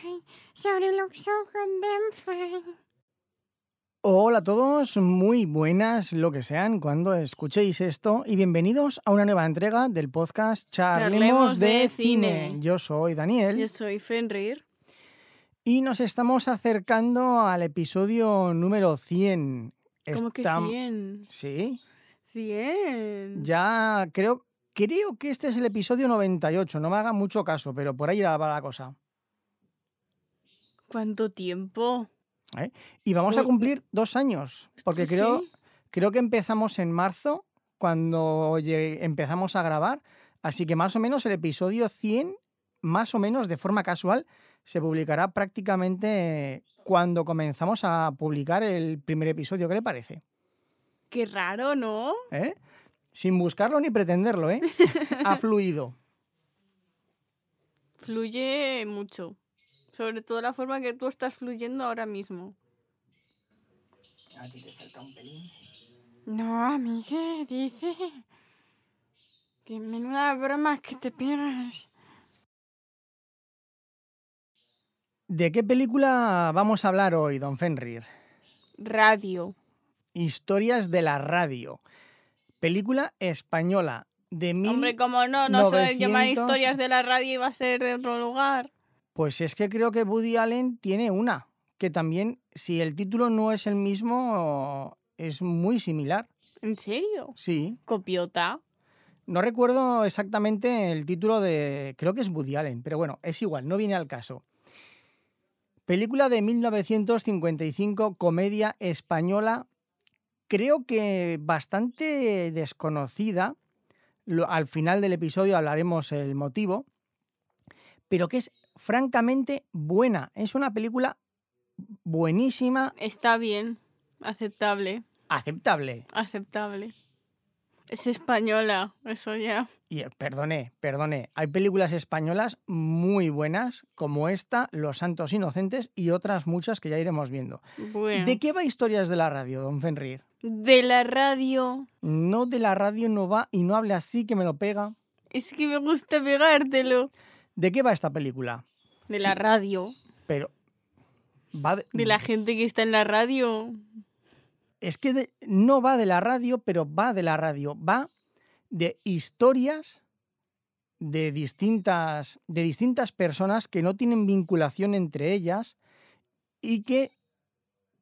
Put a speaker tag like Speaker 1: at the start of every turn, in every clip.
Speaker 1: fine. Sorry, look so goddamn fine.
Speaker 2: Hola a todos, muy buenas lo que sean cuando escuchéis esto y bienvenidos a una nueva entrega del podcast Charlemos
Speaker 3: Charlemos
Speaker 2: de,
Speaker 3: de
Speaker 2: cine.
Speaker 3: Cine.
Speaker 2: Yo soy Daniel
Speaker 3: Yo soy Fenrir.
Speaker 2: y nos estamos acercando al episodio número 100.
Speaker 3: ¿Cómo que
Speaker 2: Estam-
Speaker 3: 100?
Speaker 2: Sí,
Speaker 3: 100.
Speaker 2: ya creo, creo que este es el episodio 98, no me haga mucho caso, pero por ahí va la cosa.
Speaker 3: ¿Cuánto tiempo?
Speaker 2: Y vamos a
Speaker 3: Uy,
Speaker 2: cumplir dos años, porque
Speaker 3: Sí,
Speaker 2: creo...
Speaker 3: sí.
Speaker 2: Creo que empezamos en marzo, cuando llegué- empezamos a grabar. Así que más o menos el episodio 100, más o menos de forma casual, se publicará prácticamente cuando comenzamos a publicar el primer episodio. ¿Qué le parece?
Speaker 3: Qué raro, ¿no?
Speaker 2: ¿Eh? Sin buscarlo ni pretenderlo, ¿eh? Ha fluido.
Speaker 3: Fluye mucho. Sobre todo la forma que tú estás fluyendo ahora mismo.
Speaker 1: No, amigue, dice. Que menuda broma que te pegas.
Speaker 2: ¿De qué película vamos a hablar hoy, don Fenrir?
Speaker 3: Radio.
Speaker 2: Historias de la radio. Película española de mil...
Speaker 3: Hombre, como no, no se llamar
Speaker 2: 900.
Speaker 3: historias de la radio iba a ser de otro lugar.
Speaker 2: Pues es que creo que Woody Allen tiene una, que también, si el título no es el mismo, es muy similar.
Speaker 3: ¿En serio?
Speaker 2: Sí.
Speaker 3: Copiota.
Speaker 2: No recuerdo exactamente el título de. Creo que es Woody Allen, pero bueno, es igual, no viene al caso. Película de 1955, comedia española, creo que bastante desconocida. Lo- Al final del episodio hablaremos el motivo, pero que es francamente buena. Es una película buenísima,
Speaker 3: Está bien. Aceptable.
Speaker 2: aceptable.
Speaker 3: Aceptable. Es española, eso ya.
Speaker 2: Y eh, perdone, perdone, hay películas españolas muy buenas, como esta, Los Santos Inocentes y otras muchas que ya iremos viendo.
Speaker 3: Bueno.
Speaker 2: ¿De qué va Historias de la Radio, don Fenrir?
Speaker 3: de la radio.
Speaker 2: No de la radio no va y no hable así que me lo pega.
Speaker 3: Es que me gusta pegártelo.
Speaker 2: ¿De qué va esta película?
Speaker 3: De
Speaker 2: Sí.
Speaker 3: la radio.
Speaker 2: Pero va de-
Speaker 3: De la gente que está en la radio.
Speaker 2: es que de- no va de la radio, pero va de la radio, va de historias de distintas de distintas personas que no tienen vinculación entre ellas y que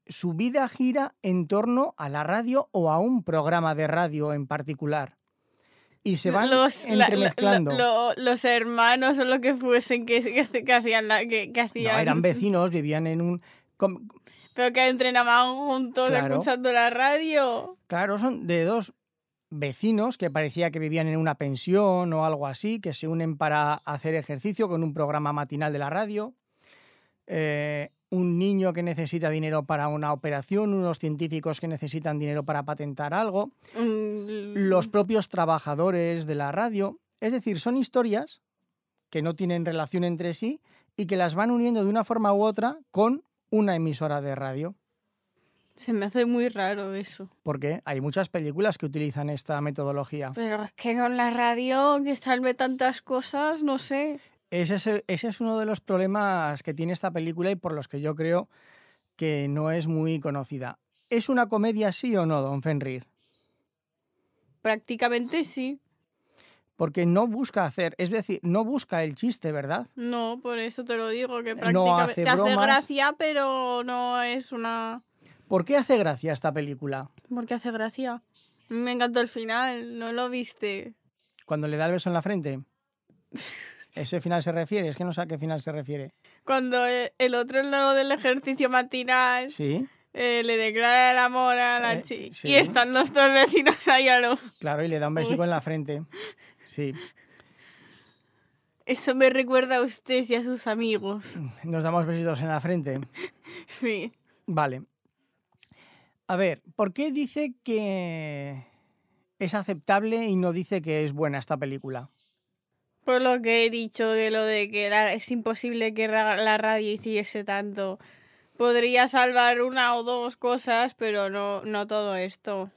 Speaker 2: su vida gira en torno a la radio o a un programa de radio en particular. Y se van
Speaker 3: la- la-
Speaker 2: entremezclando.
Speaker 3: lo- los hermanos o lo que fuesen que, que- que hacían la. Que, que hacían,
Speaker 2: No, eran vecinos, vivían en un com-
Speaker 3: Pero que entrenaban juntos
Speaker 2: Claro.
Speaker 3: escuchando la radio.
Speaker 2: Claro, son de dos vecinos que parecía que vivían en una pensión o algo así, que se unen para hacer ejercicio con un programa matinal de la radio. Eh, un niño que necesita dinero para una operación, unos científicos que necesitan dinero para patentar algo,
Speaker 3: Mm,
Speaker 2: los propios trabajadores de la radio. Es decir, son historias que no tienen relación entre sí y que las van uniendo de una forma u otra con una emisora de radio.
Speaker 3: Se me hace muy raro eso.
Speaker 2: Porque hay muchas películas que utilizan esta metodología.
Speaker 3: Pero es que con la radio que salve tantas cosas, no sé.
Speaker 2: Ese es, el- ese es uno de los problemas que tiene esta película y por los que yo creo que no es muy conocida. ¿Es una comedia sí o no, Don Fenrir?
Speaker 3: Prácticamente sí.
Speaker 2: Porque no busca hacer, es decir, no busca el chiste, ¿verdad?
Speaker 3: No, por eso te lo digo, que
Speaker 2: No
Speaker 3: prácticamente
Speaker 2: hace
Speaker 3: te hace
Speaker 2: bromas.
Speaker 3: gracia, pero no es una...
Speaker 2: ¿Por qué hace gracia esta película?
Speaker 3: ¿Por qué hace gracia? Me encantó el final, no lo viste.
Speaker 2: Cuando le da el beso en la frente. ¿Ese final se refiere? Es que no sé a qué final se refiere.
Speaker 3: Cuando e- el otro lado del ejercicio matinal
Speaker 2: Sí,
Speaker 3: eh, le declara el amor a la
Speaker 2: Eh,
Speaker 3: chica
Speaker 2: sí.
Speaker 3: y están los dos vecinos ahí a lo...
Speaker 2: claro, y le da un besico en la frente. Sí,
Speaker 3: Eso me recuerda a usted y a sus amigos.
Speaker 2: nos damos besitos en la frente.
Speaker 3: Sí.
Speaker 2: Vale. A ver, ¿por qué dice que es aceptable y no dice que es buena esta película?
Speaker 3: Por lo que he dicho de lo de que la- es imposible que ra- la radio hiciese tanto. Podría salvar una o dos cosas, pero no, no todo esto.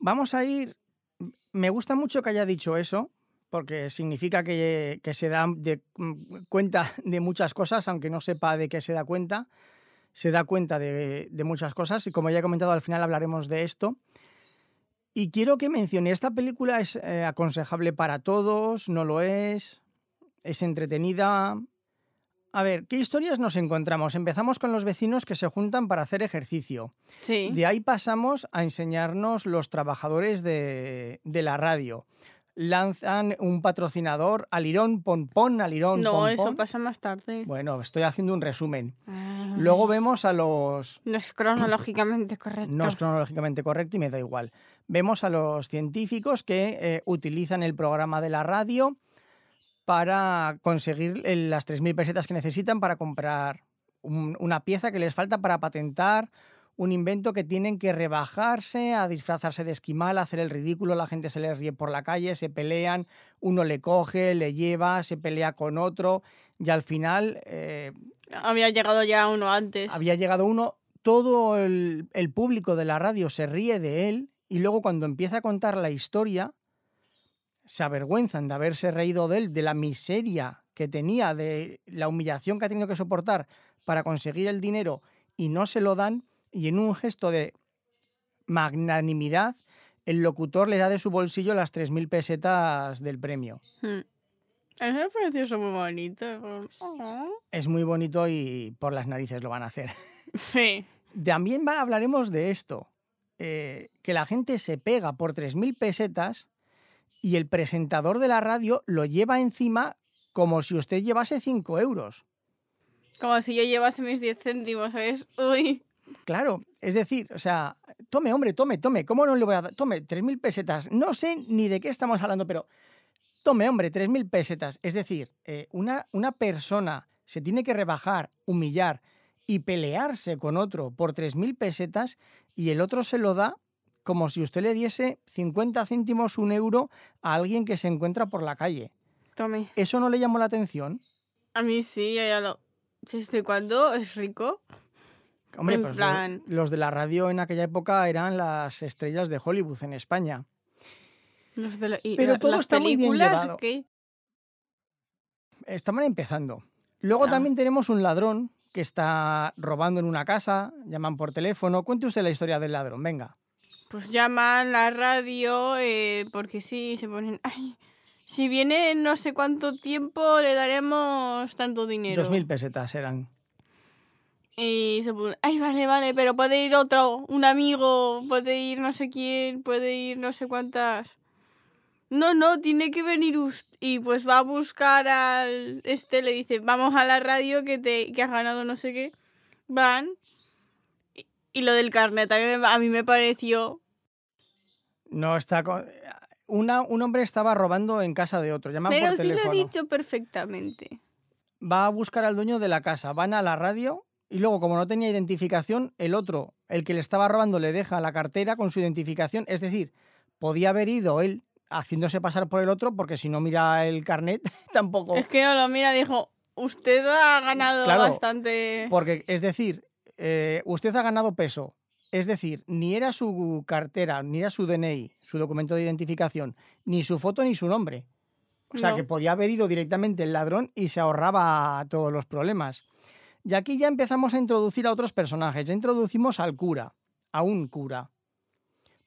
Speaker 2: Vamos a ir... Me gusta mucho que haya dicho eso, porque significa que, que se da de- mm, cuenta de muchas cosas, aunque no sepa de qué se da cuenta, se da cuenta de, de muchas cosas y como ya he comentado al final hablaremos de esto. Y quiero que mencione, ¿esta película es eh, aconsejable para todos? ¿No lo es? ¿Es entretenida? A ver, ¿qué historias nos encontramos? Empezamos con los vecinos que se juntan para hacer ejercicio.
Speaker 3: Sí.
Speaker 2: De ahí pasamos a enseñarnos los trabajadores de, de la radio. Lanzan un patrocinador al irón, pompón, al irón,
Speaker 3: no,
Speaker 2: pon,
Speaker 3: eso
Speaker 2: pon.
Speaker 3: pasa más tarde.
Speaker 2: Bueno, estoy haciendo un resumen.
Speaker 1: Ah,
Speaker 2: Luego vemos a los...
Speaker 1: No es cronológicamente correcto.
Speaker 2: No es cronológicamente correcto y me da igual. Vemos a los científicos que eh, utilizan el programa de la radio para conseguir el- las 3.000 pesetas que necesitan para comprar un- una pieza que les falta para patentar un invento que tienen que rebajarse, a disfrazarse de esquimal, a hacer el ridículo, la gente se les ríe por la calle, se pelean, uno le coge, le lleva, se pelea con otro y al final eh,
Speaker 3: Había llegado ya uno antes.
Speaker 2: había llegado uno, todo el, el público de la radio se ríe de él y luego cuando empieza a contar la historia, se avergüenzan de haberse reído de él, de la miseria que tenía, de la humillación que ha tenido que soportar para conseguir el dinero y no se lo dan y en un gesto de magnanimidad, el locutor le da de su bolsillo las 3.000 pesetas del premio.
Speaker 3: Mm. Eso me pareció muy bonito. fue- Oh.
Speaker 2: Es muy bonito y por las narices lo van a hacer.
Speaker 3: Sí.
Speaker 2: También va- hablaremos de esto, eh, que la gente se pega por 3.000 pesetas y el presentador de la radio lo lleva encima como si usted llevase 5 euros.
Speaker 3: Como si yo llevase mis 10 céntimos, ¿sabes? Uy.
Speaker 2: Claro, es decir, o sea, tome, hombre, tome, tome, ¿cómo no le voy a dar? Tome, 3.000 pesetas, no sé ni de qué estamos hablando, pero tome, hombre, 3.000 pesetas. Es decir, eh, una, una persona se tiene que rebajar, humillar y pelearse con otro por 3.000 pesetas y el otro se lo da como si usted le diese 50 céntimos, un euro a alguien que se encuentra por la calle.
Speaker 3: Tome.
Speaker 2: ¿Eso no le llamó la ación?
Speaker 3: A mí sí, yo ya lo. ¿Desde cuándo es rico?
Speaker 2: Hombre,
Speaker 3: En
Speaker 2: pues lo-
Speaker 3: plan-
Speaker 2: los de la radio en aquella época eran las estrellas de Hollywood en España.
Speaker 3: Los de la- y
Speaker 2: Pero
Speaker 3: la-
Speaker 2: todo
Speaker 3: las
Speaker 2: está muy bien
Speaker 3: películas,
Speaker 2: llevado.
Speaker 3: ¿qué?
Speaker 2: Estaban empezando. Luego
Speaker 3: Ah.
Speaker 2: también tenemos un ladrón que está robando en una casa, llaman por teléfono. Cuente usted la historia del ladrón, venga.
Speaker 3: Pues llaman la radio eh, porque sí, se ponen. Ay, si viene en no sé cuánto tiempo le daremos tanto dinero.
Speaker 2: Dos mil pesetas eran.
Speaker 3: Y se pone, ay, vale, vale, pero puede ir otro, un amigo, puede ir no sé quién, puede ir no sé cuántas. No, no, tiene que venir usted. Y pues va a buscar al... Este le dice, vamos a la radio que, te, que has ganado no sé qué. Van. Y, y lo del carnet, a mí, me- a mí me pareció...
Speaker 2: No está. co- Una, un hombre estaba robando en casa de otro, llaman
Speaker 3: Pero
Speaker 2: por
Speaker 3: sí lo
Speaker 2: teléfono.
Speaker 3: he dicho perfectamente.
Speaker 2: Va a buscar al dueño de la casa, van a la radio y luego, como no tenía identificación, el otro, el que le estaba robando, le deja la cartera con su identificación. Es decir, podía haber ido él haciéndose pasar por el otro, porque si no mira el carnet, tampoco.
Speaker 3: Es que no lo mira, dijo, usted ha ganado
Speaker 2: Oh. Claro,
Speaker 3: bastante...
Speaker 2: Porque, es decir, eh, usted ha ganado peso. Es decir, ni era su cartera, ni era su DNI, su documento de identificación, ni su foto, ni su nombre. O sea,
Speaker 3: No.
Speaker 2: que podía haber ido directamente el ladrón y se ahorraba todos los problemas. Y aquí ya empezamos a introducir a otros personajes. Ya introducimos al cura, a un cura.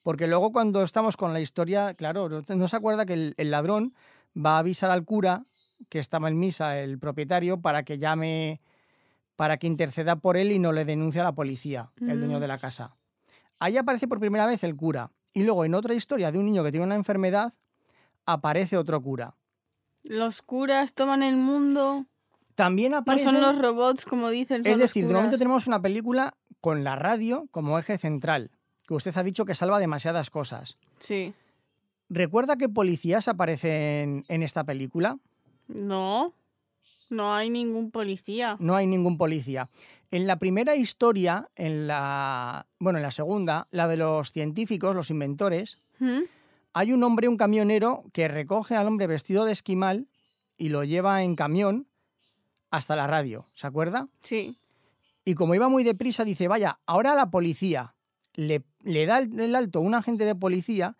Speaker 2: Porque luego cuando estamos con la historia, claro, no, no se acuerda que el- el ladrón va a avisar al cura que estaba en misa el propietario para que llame, para que interceda por él y no le denuncie a la policía, el dueño
Speaker 3: Mm.
Speaker 2: de la casa. Ahí aparece por primera vez el cura. Y luego en otra historia de un niño que tiene una enfermedad, aparece otro cura.
Speaker 3: Los curas toman el mundo.
Speaker 2: También
Speaker 3: No
Speaker 2: aparece...
Speaker 3: Pues son los robots, como dicen. son
Speaker 2: es
Speaker 3: los
Speaker 2: decir, de
Speaker 3: curas.
Speaker 2: momento tenemos una película con la radio como eje central, que usted ha dicho que salva demasiadas cosas.
Speaker 3: Sí.
Speaker 2: ¿Recuerda que policías aparecen en esta película?
Speaker 3: No. No hay ningún policía.
Speaker 2: No hay ningún policía. En la primera historia, en la. Bueno, en la segunda, la de los científicos, los inventores,
Speaker 3: ¿Mm?
Speaker 2: hay un hombre, un camionero, que recoge al hombre vestido de esquimal y lo lleva en camión hasta la radio, ¿se acuerda?
Speaker 3: Sí.
Speaker 2: Y como iba muy deprisa, dice: Vaya, ahora la policía. Le, le da el el alto a un agente de policía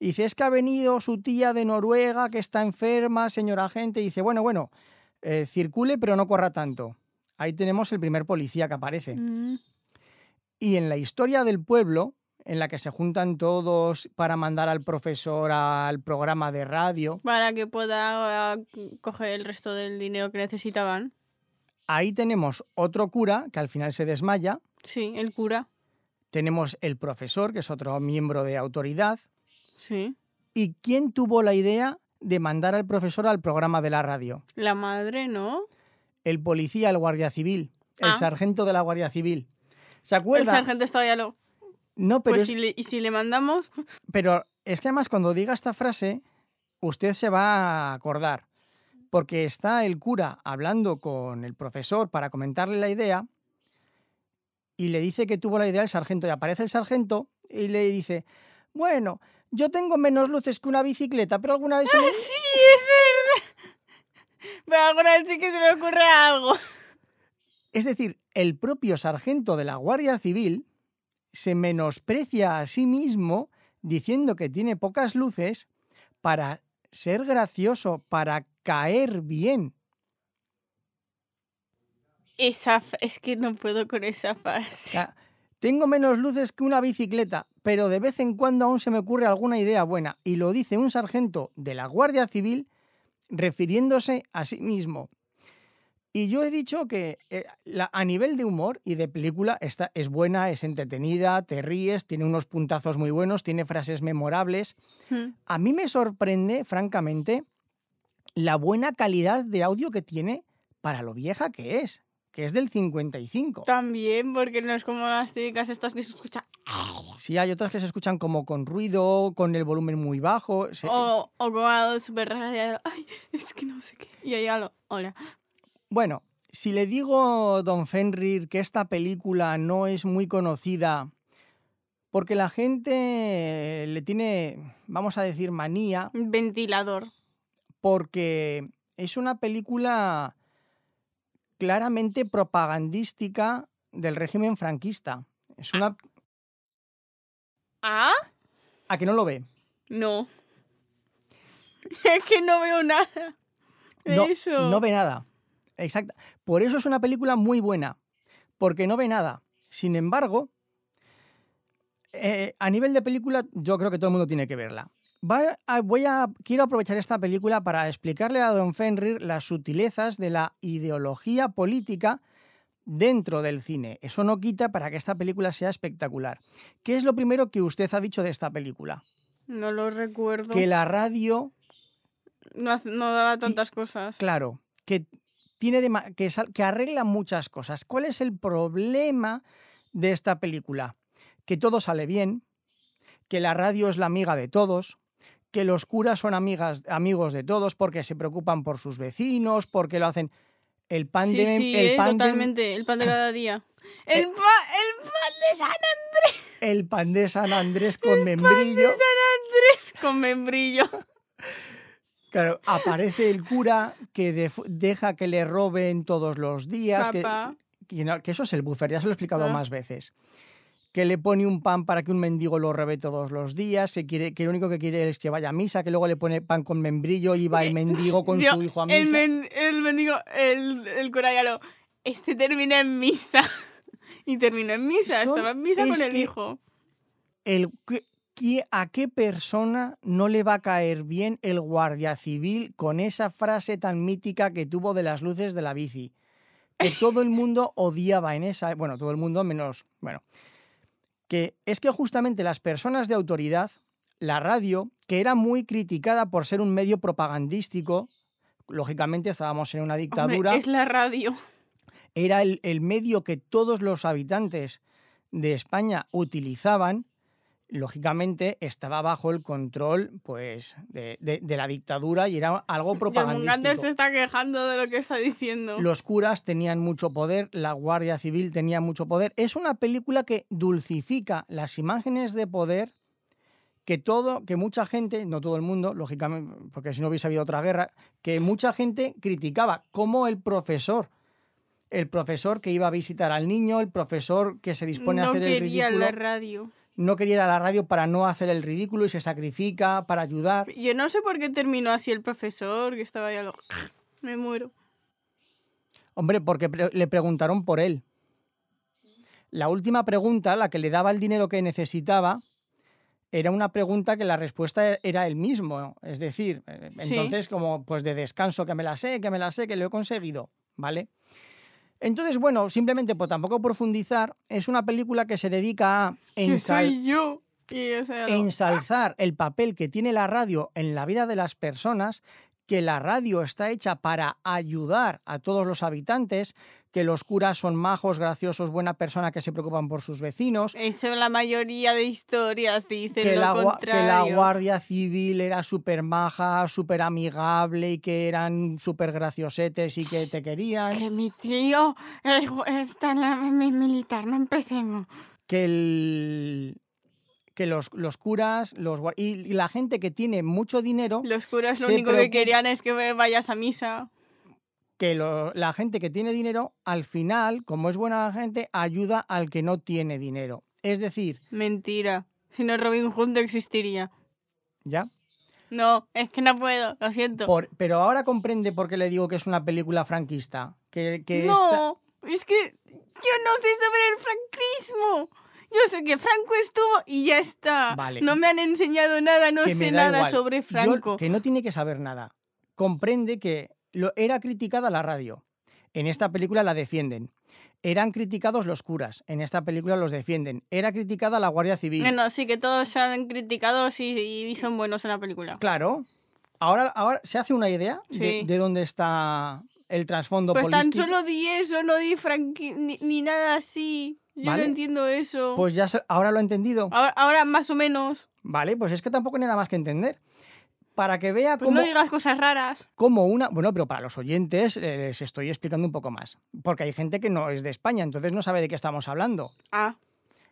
Speaker 2: Y dice, es que ha venido su tía de Noruega que está enferma, señora agente. Y dice, bueno, bueno, eh, circule pero no corra tanto. Ahí tenemos el primer policía que aparece.
Speaker 1: Mm.
Speaker 2: Y en la historia del pueblo, en la que se juntan todos para mandar al profesor al programa de radio,
Speaker 3: Para que pueda eh, coger el resto del dinero que necesitaban.
Speaker 2: ahí tenemos otro cura que al final se desmaya,
Speaker 3: Sí, el cura.
Speaker 2: tenemos el profesor, que es otro miembro de autoridad,
Speaker 3: Sí.
Speaker 2: y quién tuvo la idea de mandar al profesor al programa de la radio.
Speaker 3: La madre, ¿no?
Speaker 2: El policía, el guardia civil, el
Speaker 3: Ah.
Speaker 2: sargento de la guardia civil. ¿Se
Speaker 3: El
Speaker 2: acuerda?
Speaker 3: sargento estaba ya lo.
Speaker 2: No, pero
Speaker 3: pues
Speaker 2: es-
Speaker 3: si le- y si le mandamos.
Speaker 2: Pero es que además cuando diga esta frase, usted se va a acordar, porque está el cura hablando con el profesor para comentarle la idea y le dice que tuvo la idea el sargento y aparece el sargento y le dice, bueno, yo tengo menos luces que una bicicleta, pero alguna vez... se me-".
Speaker 3: Sí, es verdad. Pero alguna vez sí que se me ocurre algo.
Speaker 2: Es decir, el propio sargento de la Guardia Civil se menosprecia a sí mismo diciendo que tiene pocas luces para ser gracioso, para caer bien.
Speaker 3: Esa fa- es que no puedo con esa
Speaker 2: O
Speaker 3: frase.
Speaker 2: sea, tengo menos luces que una bicicleta, pero de vez en cuando aún se me ocurre alguna idea buena. Y lo dice un sargento de la Guardia Civil refiriéndose a sí mismo. Y yo he dicho que eh, la- a nivel de humor y de película esta es buena, es entretenida, te ríes, tiene unos puntazos muy buenos, tiene frases memorables.
Speaker 3: Mm.
Speaker 2: A mí me sorprende, francamente, la buena calidad de audio que tiene para lo vieja que es, que es del 55.
Speaker 3: También, porque no es como las típicas estas que se escucha.
Speaker 2: Sí, hay otras que se escuchan como con ruido, con el volumen muy bajo. se-
Speaker 3: O, o como algo súper raro. ya lo- Ay, es que no sé qué. Y ahí ya lo. Hola.
Speaker 2: Bueno, si le digo, don Fenrir, que esta película no es muy conocida porque la gente le tiene, vamos a decir, manía,
Speaker 3: Ventilador.
Speaker 2: porque es una película claramente propagandística del régimen franquista. Es una...
Speaker 3: ¿Ah?
Speaker 2: ¿A que no lo ve?
Speaker 3: No. Es que no veo nada de
Speaker 2: no,
Speaker 3: eso.
Speaker 2: no ve nada. Exacto. Por eso es una película muy buena, porque no ve nada. Sin embargo, eh, a nivel de película, yo creo que todo el mundo tiene que verla. Va a- voy a, quiero aprovechar esta película para explicarle a Don Fenrir las sutilezas de la ideología política dentro del cine. Eso no quita para que esta película sea espectacular. ¿Qué es lo primero que usted ha dicho de esta película?
Speaker 3: No lo recuerdo.
Speaker 2: Que la radio
Speaker 3: No, hace- no daba tantas cosas.
Speaker 2: Claro, que tiene dema- que, sal- que arregla muchas cosas. ¿Cuál es el problema de esta película? Que todo sale bien, que la radio es la amiga de todos, que los curas son amigas, amigos de todos porque se preocupan por sus vecinos, porque lo hacen. El pan
Speaker 3: sí,
Speaker 2: de-
Speaker 3: sí,
Speaker 2: el
Speaker 3: eh,
Speaker 2: pan de-
Speaker 3: totalmente. El pan de cada día.
Speaker 2: Eh.
Speaker 3: El, pa- el pan de San
Speaker 2: el pan de San Andrés con membrillo.
Speaker 3: Andrés con membrillo.
Speaker 2: Claro, aparece el cura que def- deja que le roben todos los días. que-
Speaker 3: Papá.
Speaker 2: que, no- que eso es el buffer, ya se lo he explicado
Speaker 3: Ah.
Speaker 2: más veces. Que le pone un pan para que un mendigo lo robe todos los días, se quiere, que lo único que quiere es que vaya a misa, que luego le pone pan con membrillo y va el mendigo con
Speaker 3: Yo,
Speaker 2: su hijo a
Speaker 3: El,
Speaker 2: misa.
Speaker 3: men- el mendigo, el, el cura ya lo. Este termina en misa. Y terminó en misa.
Speaker 2: Son-
Speaker 3: Estaba en misa
Speaker 2: es
Speaker 3: con el
Speaker 2: que-
Speaker 3: hijo.
Speaker 2: El que- que- ¿A qué persona no le va a caer bien el guardia civil con esa frase tan mítica que tuvo de las luces de la bici? Que todo el mundo odiaba en esa. Bueno, todo el mundo menos. Bueno. Que es que justamente las personas de autoridad, la radio, que era muy criticada por ser un medio propagandístico, lógicamente estábamos en una
Speaker 3: Hombre,
Speaker 2: dictadura
Speaker 3: es la radio.
Speaker 2: era el, el medio que todos los habitantes de España utilizaban, lógicamente estaba bajo el control pues, de, de- de la dictadura y era algo
Speaker 3: Mungander se
Speaker 2: propagandístico.
Speaker 3: está quejando de lo que está diciendo.
Speaker 2: Los curas tenían mucho poder, la Guardia Civil tenía mucho poder. Es una película que dulcifica las imágenes de poder que todo, que mucha gente, no todo el mundo, lógicamente, porque si no hubiese habido otra guerra, que mucha gente criticaba, como el profesor. El profesor que iba a visitar al niño, el profesor que se dispone a
Speaker 3: no
Speaker 2: hacer el
Speaker 3: quería
Speaker 2: ridículo.
Speaker 3: la radio.
Speaker 2: no quería ir a la radio para no hacer el ridículo y se sacrifica para ayudar.
Speaker 3: Yo no sé por qué terminó así el profesor, que estaba ya lo... Me muero.
Speaker 2: Hombre, porque pre- le preguntaron por él. La última pregunta, la que le daba el dinero que necesitaba, era una pregunta que la respuesta e- era él mismo. Es decir, eh,
Speaker 3: Sí.
Speaker 2: entonces como pues de descanso, que me la sé, que me la sé, que lo he conseguido, ¿vale? Entonces, bueno, simplemente por tampoco profundizar, es una película que se dedica a
Speaker 3: Que
Speaker 2: ensal-
Speaker 3: soy yo. Y, o sea, lo-
Speaker 2: ensalzar el papel que tiene la radio en la vida de las personas, que la radio está hecha para ayudar a todos los habitantes, que los curas son majos, graciosos, buena persona que se preocupan por sus vecinos,
Speaker 3: Eso la mayoría de historias dicen
Speaker 2: que
Speaker 3: lo
Speaker 2: la, gua- que la
Speaker 3: contrario.
Speaker 2: Guardia Civil era súper maja, súper amigable y que eran súper graciosetes y que te querían,
Speaker 1: Que mi tío eh, ju- está en la mi- militar, no empecemos.
Speaker 2: que el- que los, los curas los, gua- y la gente que tiene mucho dinero
Speaker 3: Los curas lo
Speaker 2: se
Speaker 3: único que
Speaker 2: preocupa-
Speaker 3: querían es que me vayas a misa.
Speaker 2: que lo- la gente que tiene dinero, al final, como es buena gente, ayuda al que no tiene dinero. Es decir,
Speaker 3: Mentira. Si no, Robin Hood no existiría.
Speaker 2: ya.
Speaker 3: No, es que no puedo, lo siento.
Speaker 2: Por- pero ahora comprende por qué le digo que es una película franquista. Que, que está-
Speaker 3: no, es que yo no sé sobre el franquismo. Yo sé que Franco estuvo y ya está.
Speaker 2: Vale.
Speaker 3: No me han enseñado nada, no
Speaker 2: que me
Speaker 3: sé
Speaker 2: da
Speaker 3: nada
Speaker 2: igual.
Speaker 3: sobre
Speaker 2: Yo-
Speaker 3: Franco.
Speaker 2: que no tiene que saber nada. Comprende que lo, era criticada la radio. En esta película la defienden. Eran criticados los curas. En esta película los defienden. Era criticada la Guardia Civil.
Speaker 3: No, no, sí que todos se han criticado sí, y, son buenos en la película.
Speaker 2: Claro. Ahora, ahora se hace una idea de,
Speaker 3: Sí.
Speaker 2: de dónde está el trasfondo
Speaker 3: Pues tan
Speaker 2: político.
Speaker 3: solo di eso, no di franqui- ni, ni nada así. Yo
Speaker 2: Vale.
Speaker 3: no entiendo eso.
Speaker 2: Pues ya se- ahora lo he entendido.
Speaker 3: ahora, ahora más o menos.
Speaker 2: Vale, pues es que tampoco hay nada más que entender. Para que vea
Speaker 3: Pues
Speaker 2: cómo,
Speaker 3: no digas cosas raras.
Speaker 2: cómo una... Bueno, pero para los oyentes eh, les estoy explicando un poco más. Porque hay gente que no es de España, entonces no sabe de qué estamos hablando.
Speaker 3: Ah,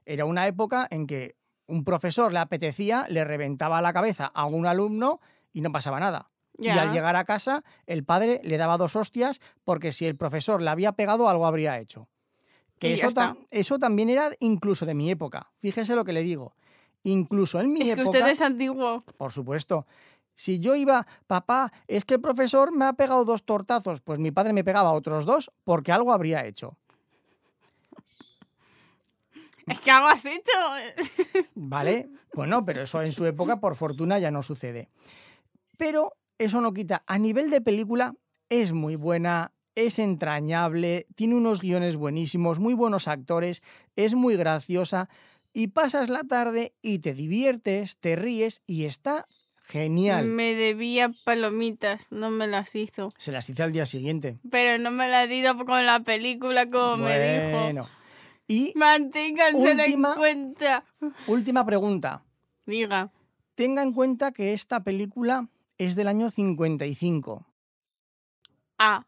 Speaker 2: Era una época en que un profesor le apetecía, le reventaba la cabeza a un alumno y no pasaba nada.
Speaker 3: ya.
Speaker 2: Y al llegar a casa, el padre le daba dos hostias porque si el profesor le había pegado, algo habría hecho. Que
Speaker 3: Y ya
Speaker 2: eso, ta- eso también era incluso de mi época. Fíjese lo que le digo. Incluso en mi
Speaker 3: es que
Speaker 2: época.
Speaker 3: usted es antiguo.
Speaker 2: Por supuesto. Si yo iba, papá, es que el profesor me ha pegado dos tortazos, pues mi padre me pegaba otros dos porque algo habría hecho.
Speaker 3: Es que algo has hecho.
Speaker 2: ¿Vale? Bueno, pero eso en su época, por fortuna, ya no sucede. Pero eso no quita. A nivel de película, es muy buena, es entrañable, tiene unos guiones buenísimos, muy buenos actores, es muy graciosa y pasas la tarde y te diviertes, te ríes y está genial.
Speaker 3: Me debía palomitas, no me las hizo.
Speaker 2: Se las hice al día siguiente.
Speaker 3: Pero no me las hizo con la película como me dijo.
Speaker 2: Bueno. Y
Speaker 3: Manténganse
Speaker 2: Última-
Speaker 3: en cuenta.
Speaker 2: última pregunta.
Speaker 3: Diga.
Speaker 2: Tenga en cuenta que esta película es del año 55.
Speaker 3: Ah,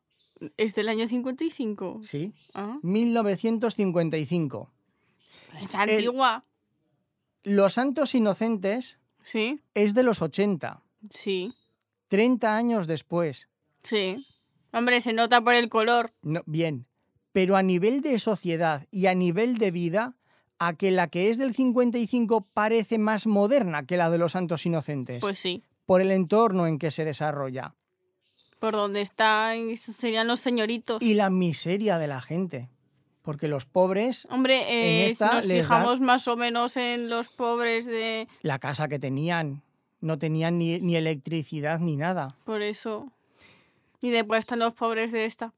Speaker 3: ¿es del año 55?
Speaker 2: Sí.
Speaker 3: Ah,
Speaker 2: 1955.
Speaker 3: es
Speaker 2: El-
Speaker 3: antigua.
Speaker 2: Los Santos Inocentes
Speaker 3: Sí,
Speaker 2: es de los 80,
Speaker 3: sí,
Speaker 2: 30 años después.
Speaker 3: sí. Hombre, se nota por el color.
Speaker 2: No, bien, pero a nivel de sociedad y a nivel de vida, a que la que es del 55 parece más moderna que la de los Santos Inocentes,
Speaker 3: Pues sí.
Speaker 2: por el entorno en que se desarrolla
Speaker 3: Por donde están, serían los señoritos.
Speaker 2: y la miseria de la gente, porque los pobres,
Speaker 3: Hombre, eh,
Speaker 2: En esta
Speaker 3: si nos
Speaker 2: les
Speaker 3: fijamos más o menos en los pobres de...
Speaker 2: la casa que tenían, no tenían ni, ni electricidad ni nada.
Speaker 3: Por eso. Y después están los pobres de esta.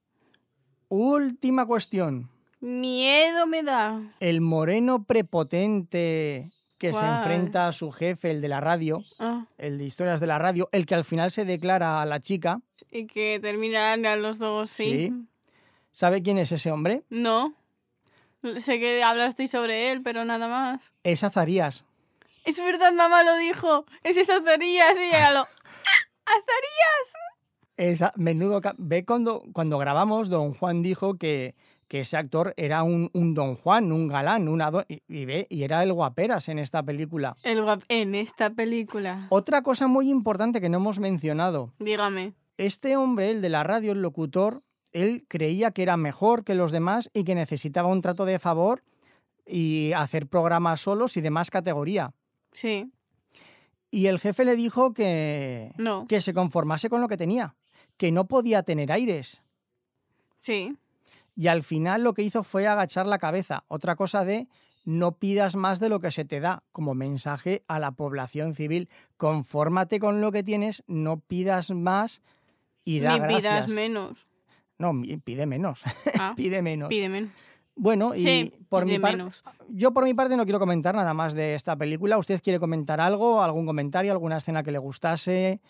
Speaker 2: Última cuestión.
Speaker 3: Miedo me da.
Speaker 2: El moreno prepotente que se
Speaker 3: ¿Cuál?
Speaker 2: enfrenta a su jefe, el de la radio,
Speaker 3: Ah,
Speaker 2: el de historias de la radio, el que al final se declara a la chica,
Speaker 3: y que terminan a los dos, ¿sí?
Speaker 2: Sí. ¿sabe quién es ese hombre?
Speaker 3: No. Sé que hablasteis sobre él, pero nada más.
Speaker 2: Es Azarías.
Speaker 3: Es verdad, mamá lo dijo. Es esa Azarías y ella lo...
Speaker 2: Es a- menudo ca- ve cuando, cuando grabamos, don Juan dijo que, que ese actor era un, un don Juan, un galán, una don- y, y ve, y era el guaperas en esta película.
Speaker 3: El guap- en esta película.
Speaker 2: Otra cosa muy importante que no hemos mencionado,
Speaker 3: Dígame.
Speaker 2: este hombre, el de la radio, el locutor, él creía que era mejor que los demás y que necesitaba un trato de favor y hacer programas solos y de más categoría.
Speaker 3: Sí.
Speaker 2: Y el jefe le dijo que,
Speaker 3: No.
Speaker 2: que se conformase con lo que tenía, que no podía tener aires.
Speaker 3: Sí.
Speaker 2: Y al final lo que hizo fue agachar la cabeza. Otra cosa de no pidas más de lo que se te da, como mensaje a la población civil. Confórmate con lo que tienes, no pidas más y da
Speaker 3: Ni pidas
Speaker 2: gracias.
Speaker 3: menos.
Speaker 2: No, mi- pide menos,
Speaker 3: Ah,
Speaker 2: pide menos.
Speaker 3: pide menos.
Speaker 2: Bueno, y
Speaker 3: sí,
Speaker 2: por mi
Speaker 3: pide
Speaker 2: parte,
Speaker 3: menos.
Speaker 2: yo por mi parte no quiero comentar nada más de esta película. ¿Usted quiere comentar algo, algún comentario, alguna escena que le gustase?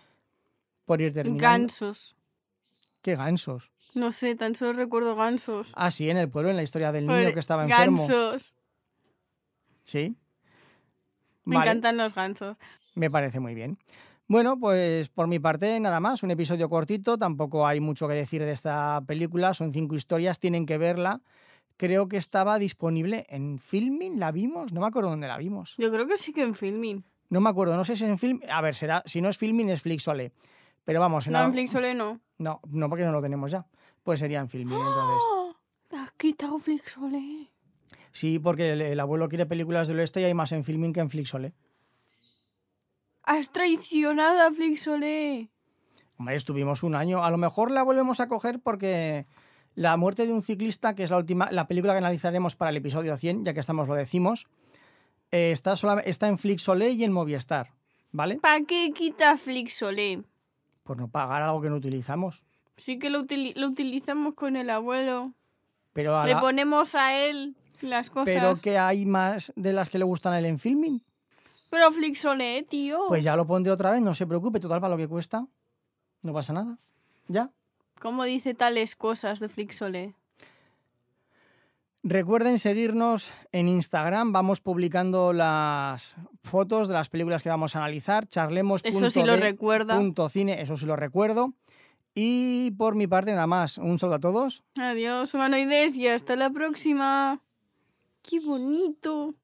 Speaker 2: Por ir terminando.
Speaker 3: Gansos.
Speaker 2: ¿Qué gansos?
Speaker 3: No sé, tan solo recuerdo gansos.
Speaker 2: Ah, sí, en el pueblo, en la historia del niño
Speaker 3: Pobre-
Speaker 2: que estaba enfermo.
Speaker 3: Gansos.
Speaker 2: Sí.
Speaker 3: Me
Speaker 2: Vale,
Speaker 3: encantan los gansos.
Speaker 2: Me parece muy bien. Bueno, pues por mi parte nada más, un episodio cortito, tampoco hay mucho que decir de esta película, son cinco historias, tienen que verla. Creo que estaba disponible en Filming, la vimos, no me acuerdo dónde la vimos.
Speaker 3: Yo creo que sí que en filming.
Speaker 2: No me acuerdo, no sé si es en Film, a ver, será, si no es Filming es Flixole. Pero vamos, en
Speaker 3: No,
Speaker 2: al-
Speaker 3: en Flixole no.
Speaker 2: no, no, porque no lo tenemos ya. Pues sería en Filming entonces.
Speaker 3: ¡Ah! Te has quitado Flixole.
Speaker 2: Sí, porque el, el abuelo quiere películas del oeste y hay más en Filming que en Flixole.
Speaker 3: Has traicionado a Flixole.
Speaker 2: Hombre, estuvimos un año. A lo mejor la volvemos a coger porque La muerte de un ciclista, que es la última, la película que analizaremos para el episodio 100, ya que estamos lo decimos, eh, está, sola- está en Flixolé y en Movistar, ¿vale?
Speaker 3: ¿Para qué quita Flixole?
Speaker 2: Por no pagar algo que no utilizamos.
Speaker 3: Sí que lo, utili- lo utilizamos con el abuelo.
Speaker 2: Pero, a
Speaker 3: Le
Speaker 2: la-
Speaker 3: ponemos a él las cosas.
Speaker 2: pero
Speaker 3: Pero,
Speaker 2: que hay más de las que le gustan a él en filming.
Speaker 3: Flixole, tío.
Speaker 2: Pues ya lo pondré otra vez, no se preocupe, total para lo que cuesta. No pasa nada. Ya.
Speaker 3: ¿Cómo dice tales cosas de Flixole?
Speaker 2: Recuerden seguirnos en Instagram, vamos publicando las fotos de las películas que vamos a analizar, charlemos.
Speaker 3: Eso sí lo recuerda.
Speaker 2: Punto cine, eso sí lo recuerdo. Y por mi parte nada más, un saludo a todos.
Speaker 3: Adiós, humanoides, y hasta la próxima. ¡Qué bonito!